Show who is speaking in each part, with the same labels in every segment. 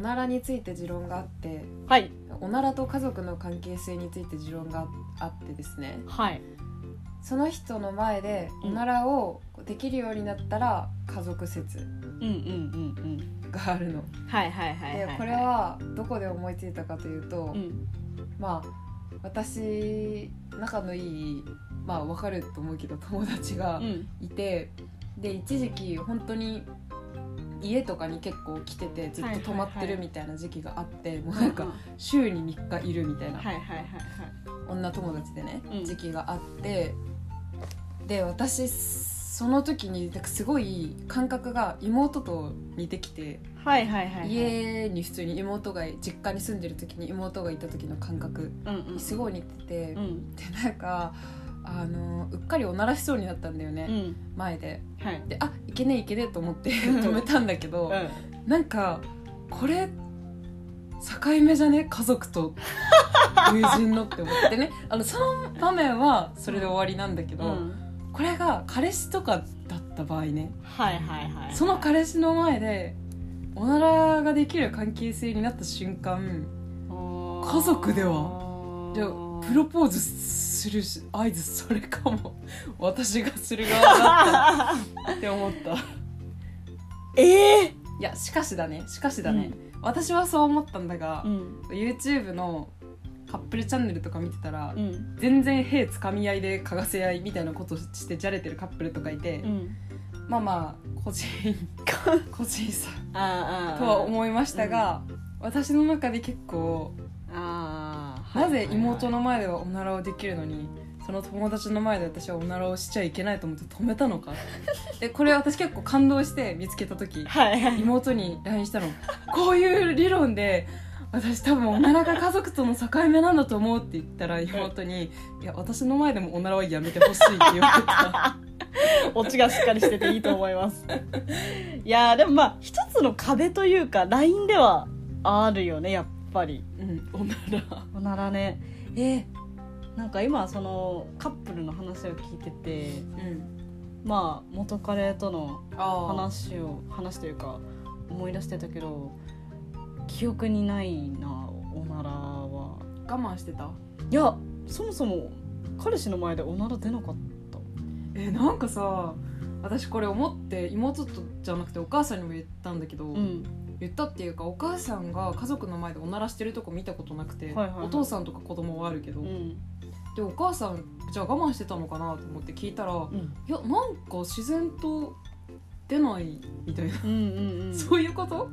Speaker 1: ならについて持論があって
Speaker 2: はい
Speaker 1: おならと家族の関係性について持論があってですね
Speaker 2: はい
Speaker 1: その人の前で
Speaker 2: う
Speaker 1: お
Speaker 2: ん
Speaker 1: ならをできるようになったら家族説
Speaker 2: うんうんうん
Speaker 1: があるの。
Speaker 2: うんはいはいはい
Speaker 1: で
Speaker 2: はい
Speaker 1: これはどこで思いついたかというと、
Speaker 2: うん
Speaker 1: まあ私仲のいいまあわかると思うけど友達が
Speaker 2: うん
Speaker 1: いて、で一時期本当に家とかに結構来ててずっと泊まってるみたいな時期があって、もうなん
Speaker 2: う
Speaker 1: か
Speaker 2: んうん
Speaker 1: 週に3日いるみたいな、
Speaker 2: はいはいはいはい
Speaker 1: 女友達でね、
Speaker 2: うん
Speaker 1: 時期があってで私その時になんかすごい感覚が妹と似てきて、
Speaker 2: はいはいはいはい
Speaker 1: 家に普通に妹が実家に住んでる時に妹がいた時の感覚
Speaker 2: うんうん
Speaker 1: にすごい似てて、で
Speaker 2: うん
Speaker 1: なんかあのうっかりおならしそうになったんだよ
Speaker 2: う
Speaker 1: ね、
Speaker 2: ん
Speaker 1: 前で。
Speaker 2: はい
Speaker 1: であいけねえいけねえと思って 止めたんだけど、なんかこれ境目じゃね家族と友人のって思ってね あのその場面はそれで終わりなんだけど、
Speaker 2: うん
Speaker 1: これが彼氏とかだった場合ね
Speaker 2: はいはいはい
Speaker 1: その彼氏の前でおならができる関係性になった瞬間
Speaker 2: 家
Speaker 1: 家族で
Speaker 2: は
Speaker 1: じゃあプロポーズするし合図それかも 私がする側だったって思ったい
Speaker 2: ええ
Speaker 1: やしかしだねしかしだね、私はそう思ったんだが
Speaker 2: う、ん
Speaker 1: YouTube のカップルチャンネルとか見てたら、
Speaker 2: うん
Speaker 1: 全然兵つかみ合いでかがせ合いみたいなことしてじゃれてるカップルとかいて、
Speaker 2: うん
Speaker 1: まあまあ個 人個人差
Speaker 2: ああ
Speaker 1: とは思いましたが、私の中で結構、
Speaker 2: ああ
Speaker 1: なぜ妹の前ではおならをできるのにその友達の前で私はおならをしちゃいけないと思って止めた のかでこれ私結構感動して見つけた時
Speaker 2: はいは い
Speaker 1: 妹に LINE したのこういう理論で私多分おならが家族との境目なんだと思うって言ったら妹に「いや私の前でもおならはやめてほしい」って言われた
Speaker 2: オチがしっかりしてていいと思いますいやーでもまあ一つの壁というかラインではあるよねやっぱり
Speaker 1: うんおなら
Speaker 2: おならねえーなんか今そのカップルの話を聞いてて
Speaker 1: うん
Speaker 2: まあ元カレとの
Speaker 1: あ
Speaker 2: 話を話というか思い出してたけど記憶にないなおならは
Speaker 1: あ我慢してた
Speaker 2: いやそもそも彼氏の前でおなら出なかっ
Speaker 1: えなんかさ私これ思って妹とじゃなくてお母さんにも言ったんだけど、
Speaker 2: たうん
Speaker 1: 言ったっていうかお母さんが家族の前でおならしてるとこ見たことなくて、
Speaker 2: はいはいはい
Speaker 1: お父さんとか子供はあるけど、
Speaker 2: うん
Speaker 1: でお母さんじゃあ我慢してたのかなと思って聞いたら、
Speaker 2: うん
Speaker 1: いやなんか自然と出ないみたいな、
Speaker 2: うん うんうん
Speaker 1: そういうこと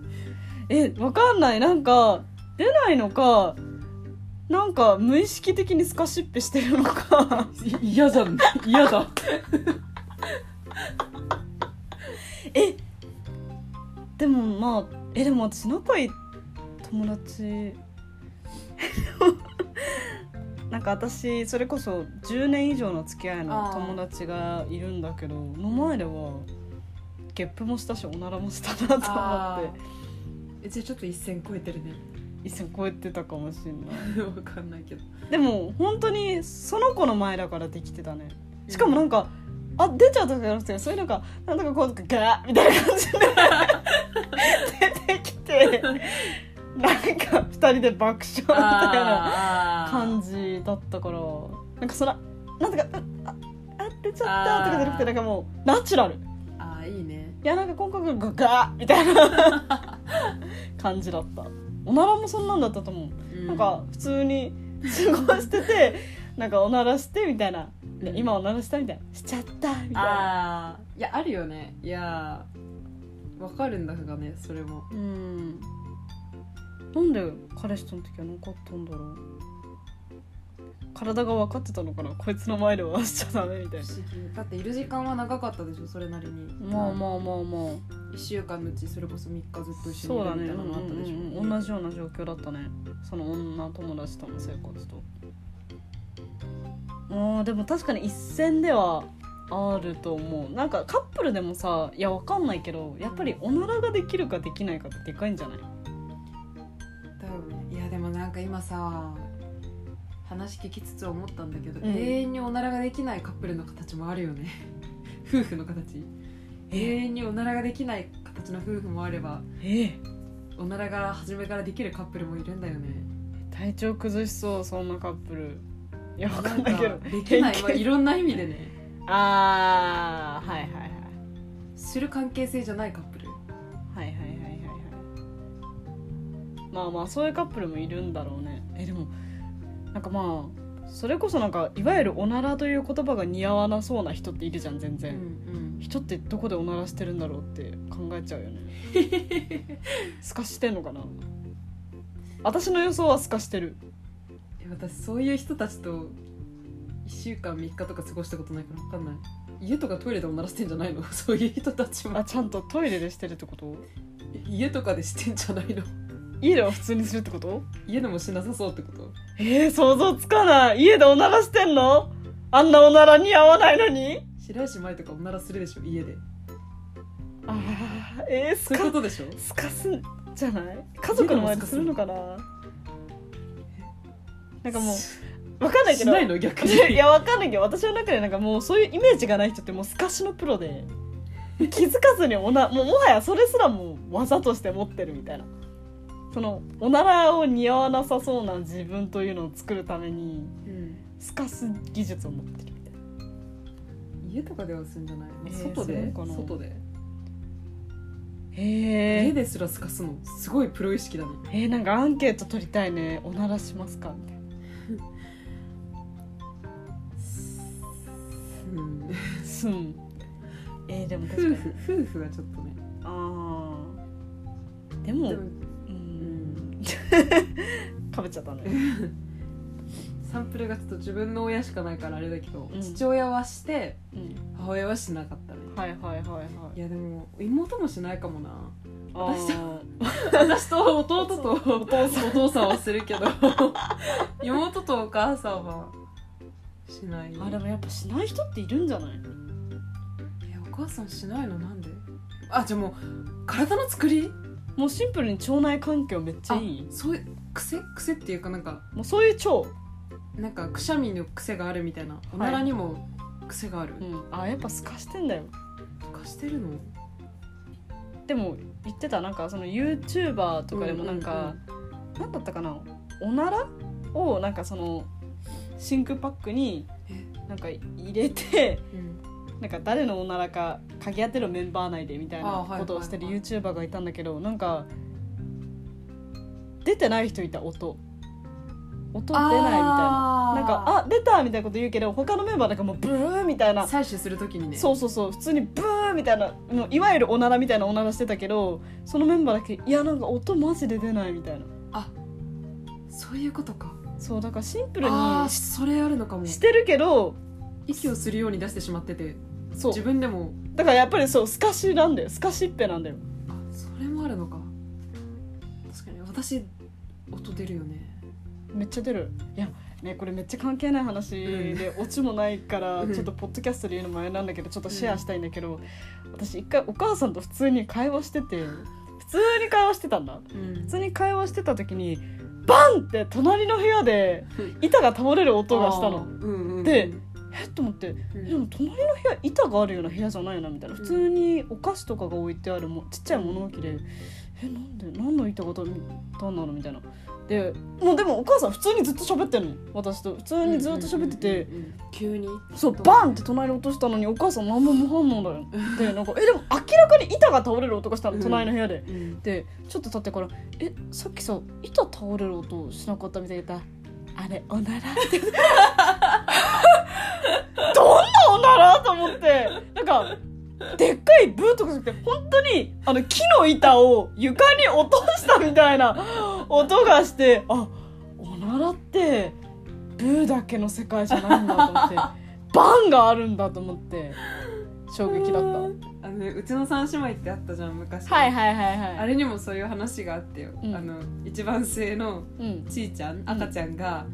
Speaker 2: えわかんないなんか出ないのかなんか無意識的にスカシッペしてるのか
Speaker 1: 嫌 じゃん嫌だ
Speaker 2: えでもまあえでも私仲いい友達なんか私それこそ10年以上の付き合いの友達がいるんだけどの前ではゲップもしたしおならもしたなと思って
Speaker 1: えじゃあちょっと一線超えてるね
Speaker 2: 一線超えてたかもしれない
Speaker 1: わかんないけど
Speaker 2: でも本当にその子の前だからできてたねしかもなんか、あ出ちゃったじゃなくてそういうのがなんとかこうとかガーみたいな感じで出てきてなんか二人で爆笑みたいな
Speaker 1: あー
Speaker 2: 感じだったからなんかそらなんとかうああ出ちゃったとかじゃなくてなんかもうナチュラルい
Speaker 1: あーいいね
Speaker 2: やなんか今回がガーみたいな 感じだったおならもそんなんだったと思うなんか普通に過ごしててなんかおならしてみたいな、で
Speaker 1: うん
Speaker 2: 今おならしたみたいなしちゃったみたいな
Speaker 1: ああいやあるよねいやーわかるんだがねそれも
Speaker 2: うんなんで彼氏との時はなかったんだろう体が分かってたのかなこいつの前ではしちゃダメみたいな
Speaker 1: 不思議だっている時間は長かったでしょそれなりに
Speaker 2: まあまあまあまあ
Speaker 1: 1週間のうちそれこそ3日ずっと一緒
Speaker 2: そう
Speaker 1: にいるみた
Speaker 2: だね、
Speaker 1: いなのあったでしょ、
Speaker 2: うんうんうん同じような状況だったねその女友達との生活とあーでも確かに一線ではあると思うなんかカップルでもさいやわかんないけどやっぱりおならができるかできないかってでかいんじゃない
Speaker 1: だよねいやでもなんか今さ話聞きつつ思ったんだけど、
Speaker 2: うん
Speaker 1: 永遠におならができないカップルの形もあるよね 夫婦の形
Speaker 2: え
Speaker 1: 永遠におならができない形の夫婦もあれば
Speaker 2: え
Speaker 1: おならが初めからできるカップルもいるんだよね
Speaker 2: 体調崩しそうそんなカップルいやわか
Speaker 1: なんん
Speaker 2: ないけど
Speaker 1: かできない、まあ、
Speaker 2: 偏
Speaker 1: い
Speaker 2: 見
Speaker 1: ろんな意味でね
Speaker 2: あーはいはいはい
Speaker 1: する関係性じゃないカップル
Speaker 2: はいはいはいはいはいまあまあそういうカップルもいるんだろうねえでもなんかまあそれこそなんかいわゆる「おなら」という言葉が似合わなそうな人っているじゃん全然、
Speaker 1: ん
Speaker 2: 人ってどこでおならしてるんだろうって考えちゃうよねすかしてんのかな私の予想はすかしてる
Speaker 1: うん 私そういう人たちと1週間3日とか過ごしたことないから分かんない家とかトイレでおならしてんじゃないの そういう人たち
Speaker 2: あ
Speaker 1: は
Speaker 2: ちゃんとトイレでしてるってこと
Speaker 1: 家とかでしてんじゃないの
Speaker 2: 家では普通にするってこと
Speaker 1: 家でもしなさそうってこと
Speaker 2: えー、想像つかない家でおならしてんのあんなおなら似合わないのに
Speaker 1: 白石麻衣とかおならするでしょ家で
Speaker 2: あーえー、す
Speaker 1: そういう
Speaker 2: か
Speaker 1: ことでしょ
Speaker 2: すかすんじゃない家族の前でするのかななんかもうわかんないけ
Speaker 1: し
Speaker 2: ど
Speaker 1: ないの逆に
Speaker 2: いやわかんないけど私の中でなんかもうそういうイメージがない人ってもうすかしのプロで気づかずにおな もうもはやそれすらもう技として持ってるみたいなそのおならを似合わなさそうな自分というのを作るために
Speaker 1: うん
Speaker 2: すかす技術を持ってるみたいな
Speaker 1: 家とかではするんじゃない、
Speaker 2: えー
Speaker 1: 外で
Speaker 2: そうかな
Speaker 1: 外で家
Speaker 2: へえ
Speaker 1: ですらすかすのすごいプロ意識だね
Speaker 2: えー、なんかアンケート取りたいねおならしますかみたい
Speaker 1: うん
Speaker 2: なすんえー、でも
Speaker 1: 夫
Speaker 2: 確かに
Speaker 1: 婦夫婦はちょっとね
Speaker 2: あーでも
Speaker 1: でも
Speaker 2: うん かぶっちゃったね
Speaker 1: サンプルがちょっと自分の親しかないからあれだけど、
Speaker 2: うん
Speaker 1: 父親はして
Speaker 2: うん
Speaker 1: 母親はしなかったね
Speaker 2: はいはいはいはい
Speaker 1: いやでも妹もしないかも な
Speaker 2: 私
Speaker 1: 私と弟とお
Speaker 2: 父
Speaker 1: さんお父さんはするけど 妹とお母さんはしない
Speaker 2: あでもやっぱしない人っているんじゃない
Speaker 1: えお母さんしないのなんであじゃあもう体の作り
Speaker 2: もうシンプルに腸内環境めっちゃいい
Speaker 1: そういう癖癖っていうかなんか
Speaker 2: もうそういう腸、
Speaker 1: なんかくしゃみの癖があるみたいなおならにも癖がある、
Speaker 2: うん、あやっぱすかしてんだよ
Speaker 1: 貸してるの
Speaker 2: でも言ってたなんかその YouTuber とかでもなんか、なんだったかなおならをなんかその真空パックに
Speaker 1: え
Speaker 2: なんか入れて
Speaker 1: うん
Speaker 2: なんか誰のおならか鍵当てるメンバー内でみたい
Speaker 1: あ
Speaker 2: な
Speaker 1: はい
Speaker 2: ことをしてる
Speaker 1: はいは
Speaker 2: YouTuber がいたんだけどなんか出てない人いた音音出ないみたいななんか
Speaker 1: あ
Speaker 2: あ出たみたいなこと言うけど他のメンバーなんかもうブーみたいな、
Speaker 1: 採取するときにね
Speaker 2: そうそうそう普通にブーみたいなもういわゆるおならみたいなおならしてたけどそのメンバーだけいやなんか音マジで出ないみたいな
Speaker 1: そういうことか
Speaker 2: そうだからシンプルに
Speaker 1: あー
Speaker 2: し
Speaker 1: それあるのかも
Speaker 2: してるけど
Speaker 1: 息をするように出してしまってて
Speaker 2: そう
Speaker 1: 自分でも
Speaker 2: だからやっぱりそうすかしなんだよすかしっぺなんだよ
Speaker 1: あそれもあるのか確かに私音出るよね
Speaker 2: めっちゃ出るいやねこれめっちゃ関係ない話で、オチもないから、
Speaker 1: うん
Speaker 2: ちょっとポッドキャストで言うのもあれなんだけどちょっとシェアしたいんだけど、私一回お母さんと普通に会話してて普通に会話してたんだ
Speaker 1: うん
Speaker 2: 普通に会話してた時にバンって隣の部屋で板が倒れる音がした
Speaker 1: あ
Speaker 2: の
Speaker 1: ーうんうんうん
Speaker 2: でえっと思って
Speaker 1: うん
Speaker 2: えでも隣の部屋板があるような部屋じゃないなみたいな普通にお菓子とかが置いてあるもちっちゃい物置でえなんで何の板がどんなのみたいなでもうでもお母さん普通にずっと喋ってんの私と普通にずっと喋ってて、
Speaker 1: うんうんうんうん急に
Speaker 2: そうバンって隣に落としたのにお母さん何も無反応だよでなんかえでも明らかに板が倒れる音がした
Speaker 1: う
Speaker 2: の
Speaker 1: ん
Speaker 2: 隣の部屋で。
Speaker 1: うん
Speaker 2: でちょっと経ってから「えさっきさ板倒れる音しなかった」みたいな言ったらあれおなら」 ってどんなおならと思ってなんかでっかいブーとかじゃなくて本当にあの木の板を床に落としたみたいな 音がしてあおならってブーだけの世界じゃないんだと思ってバンがあるんだと思って衝撃だった
Speaker 1: あのねうちの三姉妹ってあったじゃん昔
Speaker 2: はいはいはいはい
Speaker 1: あれにもそういう話があってよ、
Speaker 2: うん
Speaker 1: あの一番生の
Speaker 2: うん
Speaker 1: ちいちゃん赤ちゃんが、 あ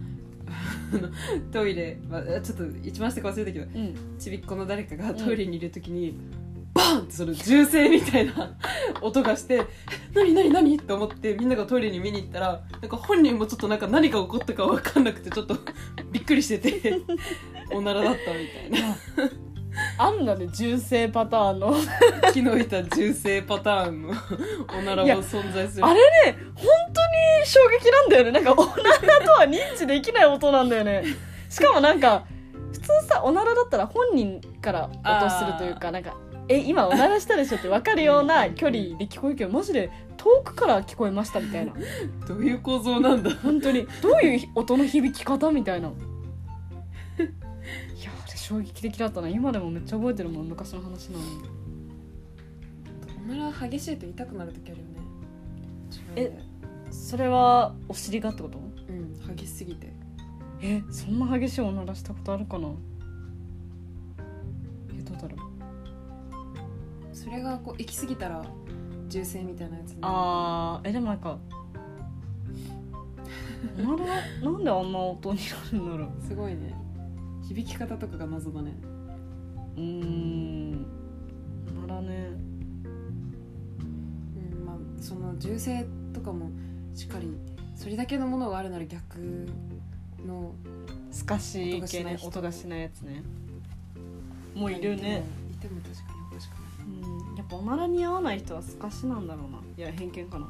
Speaker 1: のトイレ、まあ、ちょっと一番下か忘れたけど
Speaker 2: うん
Speaker 1: ちびっこの誰かがトイレにいるときに、バンってその銃声みたい な音がして「何何何?」って思ってみんながトイレに見に行ったらなんか本人もちょっとなんか何が起こったか 分かんなくてちょっとびっくりしてておならだったみたいな。
Speaker 2: いやあんなね純正パターンの
Speaker 1: 木の板純正パターンのおならも存在する
Speaker 2: あれね本当に衝撃なんだよねなんかおならとは認知できない音なんだよねしかもなんか普通さおならだったら本人から音するというかなんか「え今おならしたでしょ」って分かるような距離で聞こえるけどマジで遠くから聞こえましたみたいな
Speaker 1: どういう構造なんだ
Speaker 2: 本当にどういう音の響き方みたいないやあれ衝撃的だったな今でもめっちゃ覚えてるもん昔の話なのに
Speaker 1: おなら激しいと痛くなる時あるよね
Speaker 2: えそれはお尻がってこと
Speaker 1: うん激しすぎて
Speaker 2: えそんな激しいおならしたことあるかなえどうだろう
Speaker 1: それがこう行き過ぎたら銃声みたいなやつに
Speaker 2: あーえでもなんかおなら なんであんな音になるんだろう
Speaker 1: すごいね響き方とかが謎だね
Speaker 2: うーんおならね
Speaker 1: うんまあその銃声とかもしっかりそれだけのものがあるなら逆の
Speaker 2: すかしい系ね
Speaker 1: 音
Speaker 2: 音
Speaker 1: が
Speaker 2: が
Speaker 1: し
Speaker 2: しないやつねもういるね
Speaker 1: いてもいても確かにおかしくない
Speaker 2: うんやっぱおならに合わない人はすかしなんだろうないや偏見か な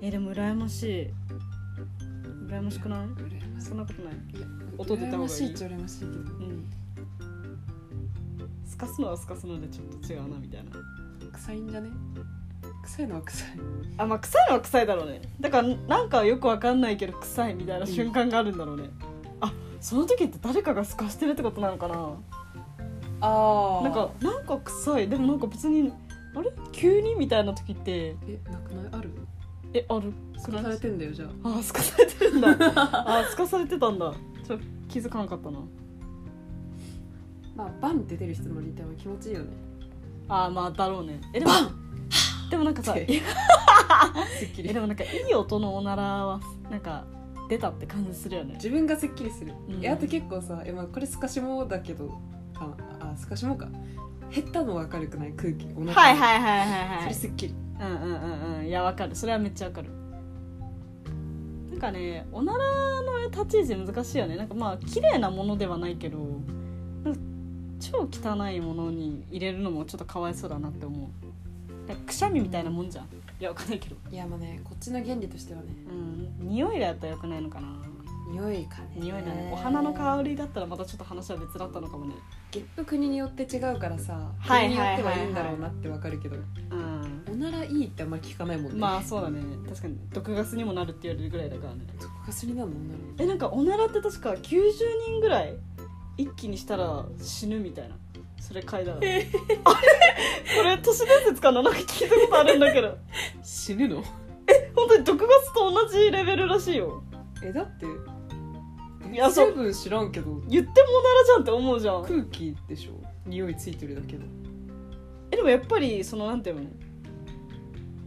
Speaker 2: えでも羨ましい羨ましくない
Speaker 1: 羨ましい
Speaker 2: そんなことない
Speaker 1: いや
Speaker 2: 音出た方が
Speaker 1: 羨
Speaker 2: いい
Speaker 1: ましいっちゃ羨ましいけど
Speaker 2: うんすかすのはすかすのでちょっと違うなみたいな
Speaker 1: 臭いんじゃね臭いのは臭い
Speaker 2: あまあ臭いのは臭いだろうねだからなんかよくわかんないけど臭いみたいな瞬間があるんだろうね、あその時って誰かがすかしてるってことなのかな
Speaker 1: あ
Speaker 2: なんかなんか臭いでもなんか別にあれ急にみたいな時って
Speaker 1: えなくないある
Speaker 2: えある
Speaker 1: くらされてんだよじゃあ
Speaker 2: あすかされてるん だあすかされてたんだちょっと気づかなかったな
Speaker 1: まあバンって出る人のリターンは気持ちいいよね
Speaker 2: あまあだろうねえでもでもな んかさ
Speaker 1: って
Speaker 2: いや
Speaker 1: すっき
Speaker 2: え
Speaker 1: り
Speaker 2: でもなんかいい音のおならはなんか出たって感じするよね
Speaker 1: 自分がすっきりする、
Speaker 2: うん
Speaker 1: えあと結構さえ、まあ、これすかしもだけどかあすかしもか減ったのは明るくない空気お腹
Speaker 2: はい
Speaker 1: い
Speaker 2: はいはいはいは
Speaker 1: それ
Speaker 2: い
Speaker 1: すっきり
Speaker 2: うんうんうんうんいやわかるそれはめっちゃわかるなんかねおならの立ち位置難しいよねなんかまあ綺麗なものではないけどなんか超汚いものに入れるのもちょっとかわいそうだなって思うなんかくしゃみみたいなもんじゃんいやわかんないけど
Speaker 1: いやまあねこっちの原理としてはね
Speaker 2: うん匂いだったらよくないのかな
Speaker 1: 匂いかね
Speaker 2: 匂いだねお花の香りだったらまたちょっと話は別だったのかもね
Speaker 1: ゲップ国によって違うからさ
Speaker 2: は
Speaker 1: 国
Speaker 2: い
Speaker 1: によ
Speaker 2: はいは
Speaker 1: って
Speaker 2: いはい
Speaker 1: はいいんだろうなってわかるけど、
Speaker 2: うん
Speaker 1: おならいいってあんまり聞かないもんね
Speaker 2: まあそうだね確かに毒ガスにもなるって言われるぐらいだからね
Speaker 1: どこがすりなのおなら
Speaker 2: えなんかおならって確か90人ぐらい一気にしたら死ぬみたいなそれ階段あれこれ都市伝説かななんか聞いたことあるんだけど
Speaker 1: 死ぬの
Speaker 2: 本当に毒ガスと同じレベルらしいよ
Speaker 1: えだって
Speaker 2: いやそ
Speaker 1: 成
Speaker 2: う
Speaker 1: 分知らんけど
Speaker 2: 言ってもおならじゃんって思うじゃん
Speaker 1: 空気でしょ匂いついてるだけの
Speaker 2: えでもやっぱりそのなんていうの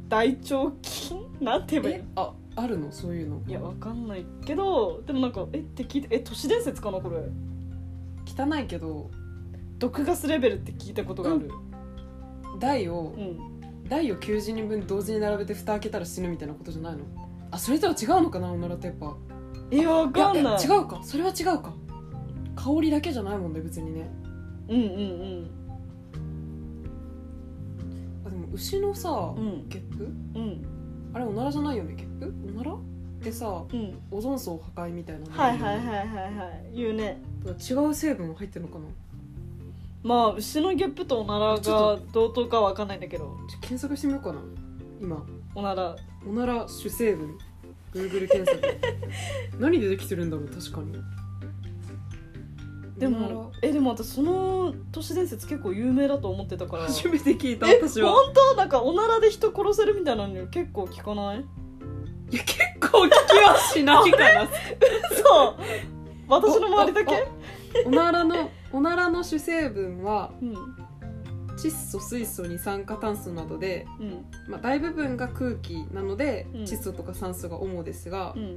Speaker 2: 大腸菌なんて言えばいい
Speaker 1: えああるのそういうの
Speaker 2: のいやわかんないけどでもなんかえって聞いてえ都市伝説かなこれ
Speaker 1: 汚いけど
Speaker 2: 毒ガスレベルって聞いたことがある
Speaker 1: 台を
Speaker 2: うん
Speaker 1: 台を90人分同時に並べて蓋開けたら死ぬみたいなことじゃないのあそれとは違うのかなおならってやっぱ
Speaker 2: いやわかんな
Speaker 1: や
Speaker 2: い
Speaker 1: 違うかそれは違うか香りだけじゃないもんね別にね
Speaker 2: うんうん
Speaker 1: あでも牛のさ、
Speaker 2: うんうん
Speaker 1: ゲップ
Speaker 2: うん
Speaker 1: あれおならじゃないよねゲップおならってさ
Speaker 2: うん、
Speaker 1: オゾン層破壊みたいなの
Speaker 2: はいはいはいはいはい言うね
Speaker 1: だから違う成分が入ってるのかな
Speaker 2: まあ牛のゲップとおなら
Speaker 1: ちょ
Speaker 2: が同等かは分かんないんだけど
Speaker 1: ちょ検索してみようかな今
Speaker 2: おなら
Speaker 1: おなら主成分 Google 検 索何でできてるんだろう確かに
Speaker 2: で
Speaker 1: おなら
Speaker 2: もえでも私その都市伝説結構有名だと思ってた から
Speaker 1: 初めて聞いた
Speaker 2: え
Speaker 1: 私は
Speaker 2: 本当なんかおならで人殺せるみたいなの結構聞かない
Speaker 1: いや結構聞きはしないから
Speaker 2: そう私の周りだ
Speaker 1: あ
Speaker 2: け
Speaker 1: おならのおならの主成分は
Speaker 2: うん
Speaker 1: 窒素水素二酸化炭素などで、
Speaker 2: うん
Speaker 1: まあ、大部分が空気なので、
Speaker 2: うん
Speaker 1: 窒素とか酸素が主ですが
Speaker 2: う、ん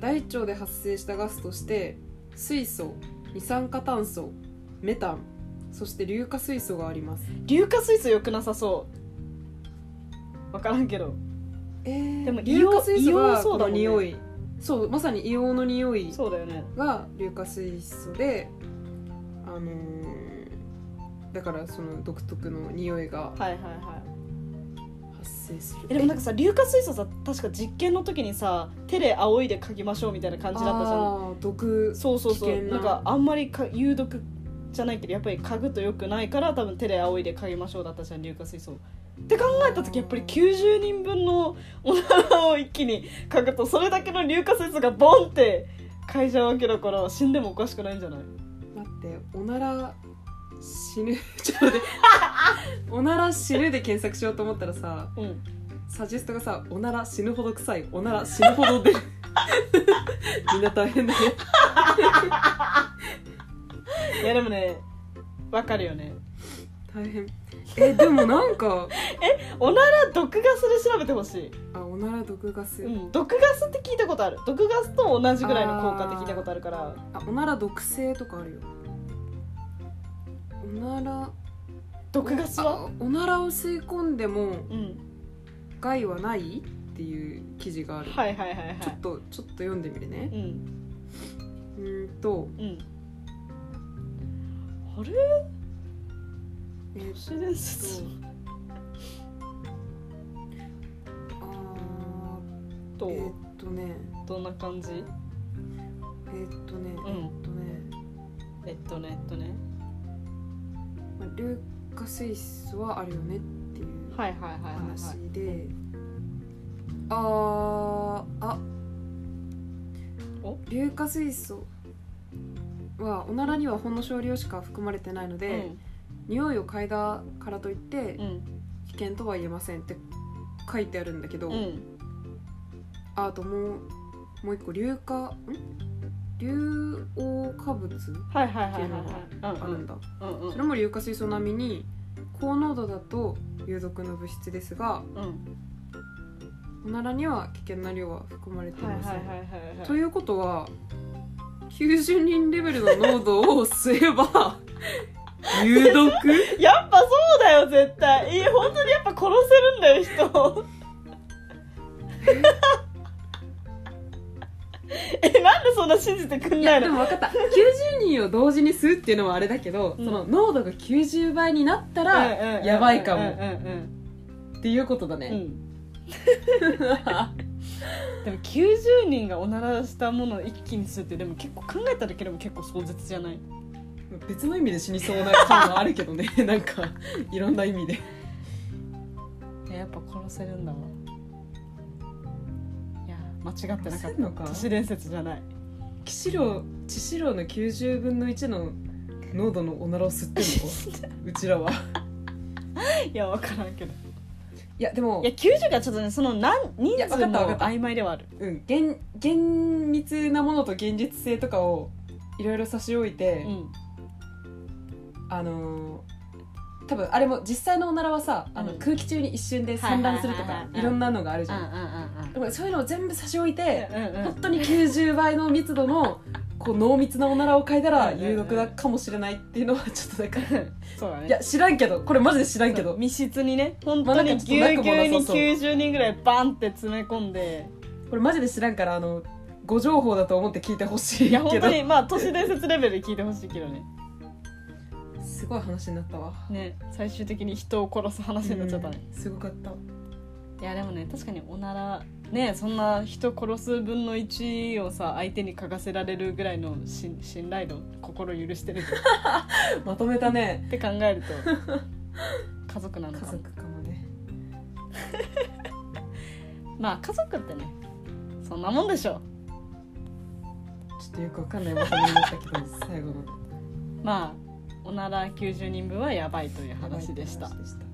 Speaker 1: 大腸で発生したガスとして水素二酸化炭素メタンそして硫化水素があります
Speaker 2: 硫化水素良くなさそう分からんけど
Speaker 1: えー
Speaker 2: でも
Speaker 1: 硫化水素
Speaker 2: 硫黄
Speaker 1: が
Speaker 2: そ
Speaker 1: こ
Speaker 2: うだ
Speaker 1: の
Speaker 2: もんね
Speaker 1: 匂いそうまさに硫黄の匂い
Speaker 2: そうだよね
Speaker 1: が硫化水素であのーだからその独特の匂いが
Speaker 2: はいはいはい
Speaker 1: 発生する
Speaker 2: えでもなんかさ硫化水素さ確か実験の時にさ手で仰いで嗅ぎましょうみたいな感じだったじゃん
Speaker 1: あー毒
Speaker 2: そうそうそ
Speaker 1: 危
Speaker 2: う
Speaker 1: 険な
Speaker 2: なんかあんまりか有毒じゃないけどやっぱり嗅ぐとよくないから多分手で仰いで嗅ぎましょうだったじゃん硫化水素って考えた時やっぱり90人分のおならを一気に嗅ぐとそれだけの硫化水素がボンって嗅いじゃうわけだから死んでもおかしくないんじゃない
Speaker 1: 待っておなら死ぬ ちょっと待っておなら死ぬで検索しようと思ったらさ
Speaker 2: うん
Speaker 1: サジェストがさおなら死ぬほど臭いおなら死ぬほど出る みんな大変だね
Speaker 2: いやでもねわかるよね
Speaker 1: 大変えでもなんか
Speaker 2: おなら毒ガスで調べてほしい
Speaker 1: あおなら毒ガス、
Speaker 2: うん、毒ガスって聞いたことある毒ガスと同じぐらいの効果って聞いたことあるから
Speaker 1: あおなら毒性とかあるよおなら
Speaker 2: 毒ガスは
Speaker 1: あおならを吸い込んでも
Speaker 2: うん
Speaker 1: 害はないっていう記事がある、
Speaker 2: はいはいはいは
Speaker 1: ちょっ
Speaker 2: い
Speaker 1: とちょっと読んでみるね
Speaker 2: うん
Speaker 1: うーんと
Speaker 2: うんあれ
Speaker 1: えー
Speaker 2: 都市伝説
Speaker 1: あ
Speaker 2: と
Speaker 1: ーえーっとね
Speaker 2: どんな感じ
Speaker 1: えーっとね
Speaker 2: う
Speaker 1: え
Speaker 2: ん
Speaker 1: ーっとね、
Speaker 2: えっとねえっとね
Speaker 1: まあ、硫化水素はあるよねっていう
Speaker 2: はいはいはいはいは
Speaker 1: 話
Speaker 2: い
Speaker 1: で、あーあ
Speaker 2: お
Speaker 1: 硫化水素はおならにはほんの少量しか含まれてないので、匂いを嗅いだからといって
Speaker 2: うんうん
Speaker 1: 危険とは言えませんって書いてあるんだけど、
Speaker 2: うん
Speaker 1: ああともうもう一個硫化ん硫黄化物
Speaker 2: はいはいはいはい
Speaker 1: あ
Speaker 2: はい
Speaker 1: るんだ、
Speaker 2: うんうんうん
Speaker 1: それも硫化水素並みに高濃度だと有毒の物質ですが
Speaker 2: うん
Speaker 1: おならには危険な量は含まれてい
Speaker 2: はい
Speaker 1: ません、
Speaker 2: はいはいはいはい
Speaker 1: ということは90人レベルの濃度を吸え ば有毒
Speaker 2: やっぱそうだよ絶対いい本当にやっぱ殺せるんだよ人 えなんでそんな信じてくん
Speaker 1: い
Speaker 2: な
Speaker 1: や
Speaker 2: い
Speaker 1: で
Speaker 2: の
Speaker 1: も分かった90人を同時に吸うっていうのもあれだけど、
Speaker 2: うん
Speaker 1: その濃度が90倍になったら
Speaker 2: うんうん
Speaker 1: やばいかも
Speaker 2: うんうん
Speaker 1: っていうことだ
Speaker 2: うん
Speaker 1: ね、
Speaker 2: うんでも90人がおならしたものを一気に吸うってでも結構考えただけでも結構壮絶じゃない
Speaker 1: 別の意味で死にそうな感はあるけどね なんかいろんな意味で
Speaker 2: いややっぱ殺せるんだわいや間違ってなかった
Speaker 1: 殺せんのか
Speaker 2: 都市伝説じゃない
Speaker 1: 騎士郎致死量の90分の1の濃度のおならを吸って るのうちらはい
Speaker 2: や分からんけど
Speaker 1: いやでも
Speaker 2: いや90がちょっとねその何人
Speaker 1: いや分
Speaker 2: 数
Speaker 1: かった分か
Speaker 2: も
Speaker 1: った
Speaker 2: 曖昧ではある
Speaker 1: うん、厳厳密なものと現実性とかをいろいろ差し置いて、
Speaker 2: うん
Speaker 1: あのー多分あれも実際のおならはさ、あの
Speaker 2: うん
Speaker 1: 空気中に一瞬で散乱すると
Speaker 2: はいはい
Speaker 1: か
Speaker 2: はいはい
Speaker 1: いろんなのがあるじ
Speaker 2: うん
Speaker 1: ゃ
Speaker 2: うん
Speaker 1: ん、
Speaker 2: うん
Speaker 1: でもそういうのを全部差し置いて、
Speaker 2: うんうん
Speaker 1: 本当に90倍の密度のこう濃密なおならを嗅いだら
Speaker 2: うんうんうん
Speaker 1: 有毒だかもしれないっていうのはちょっとだから
Speaker 2: そうだね
Speaker 1: いや知らんけどこれマジで知らんけど
Speaker 2: 密室にね本
Speaker 1: ま
Speaker 2: 当
Speaker 1: あな
Speaker 2: に
Speaker 1: んかち
Speaker 2: ぎ
Speaker 1: ょっ
Speaker 2: ゅ
Speaker 1: となく
Speaker 2: うぎ
Speaker 1: も
Speaker 2: ゅ
Speaker 1: な
Speaker 2: うに
Speaker 1: さそう
Speaker 2: 90人ぐらいバンって詰め込んで
Speaker 1: これマジで知らんからあのご情報だと思って聞いてほしい
Speaker 2: いや
Speaker 1: けど
Speaker 2: 本当にまあ都市伝説レベルで聞いてほしいけどね
Speaker 1: すごい話になったわ
Speaker 2: ね最終的に人を殺す話になっちゃったね、
Speaker 1: うんすごかった
Speaker 2: いやでもね確かにおならねそんな人殺す分の1をさ相手に嗅がせられるぐらいのし信頼度心許してるっ
Speaker 1: まとめたね
Speaker 2: て考え ると家族なの
Speaker 1: 家
Speaker 2: かも
Speaker 1: 族かもね
Speaker 2: まあ家族ってねそんなもんでしょ
Speaker 1: ちょっとよくわかんないまとめになったけど最後の
Speaker 2: まあおなら90人分はやばいという話でした
Speaker 1: 話でした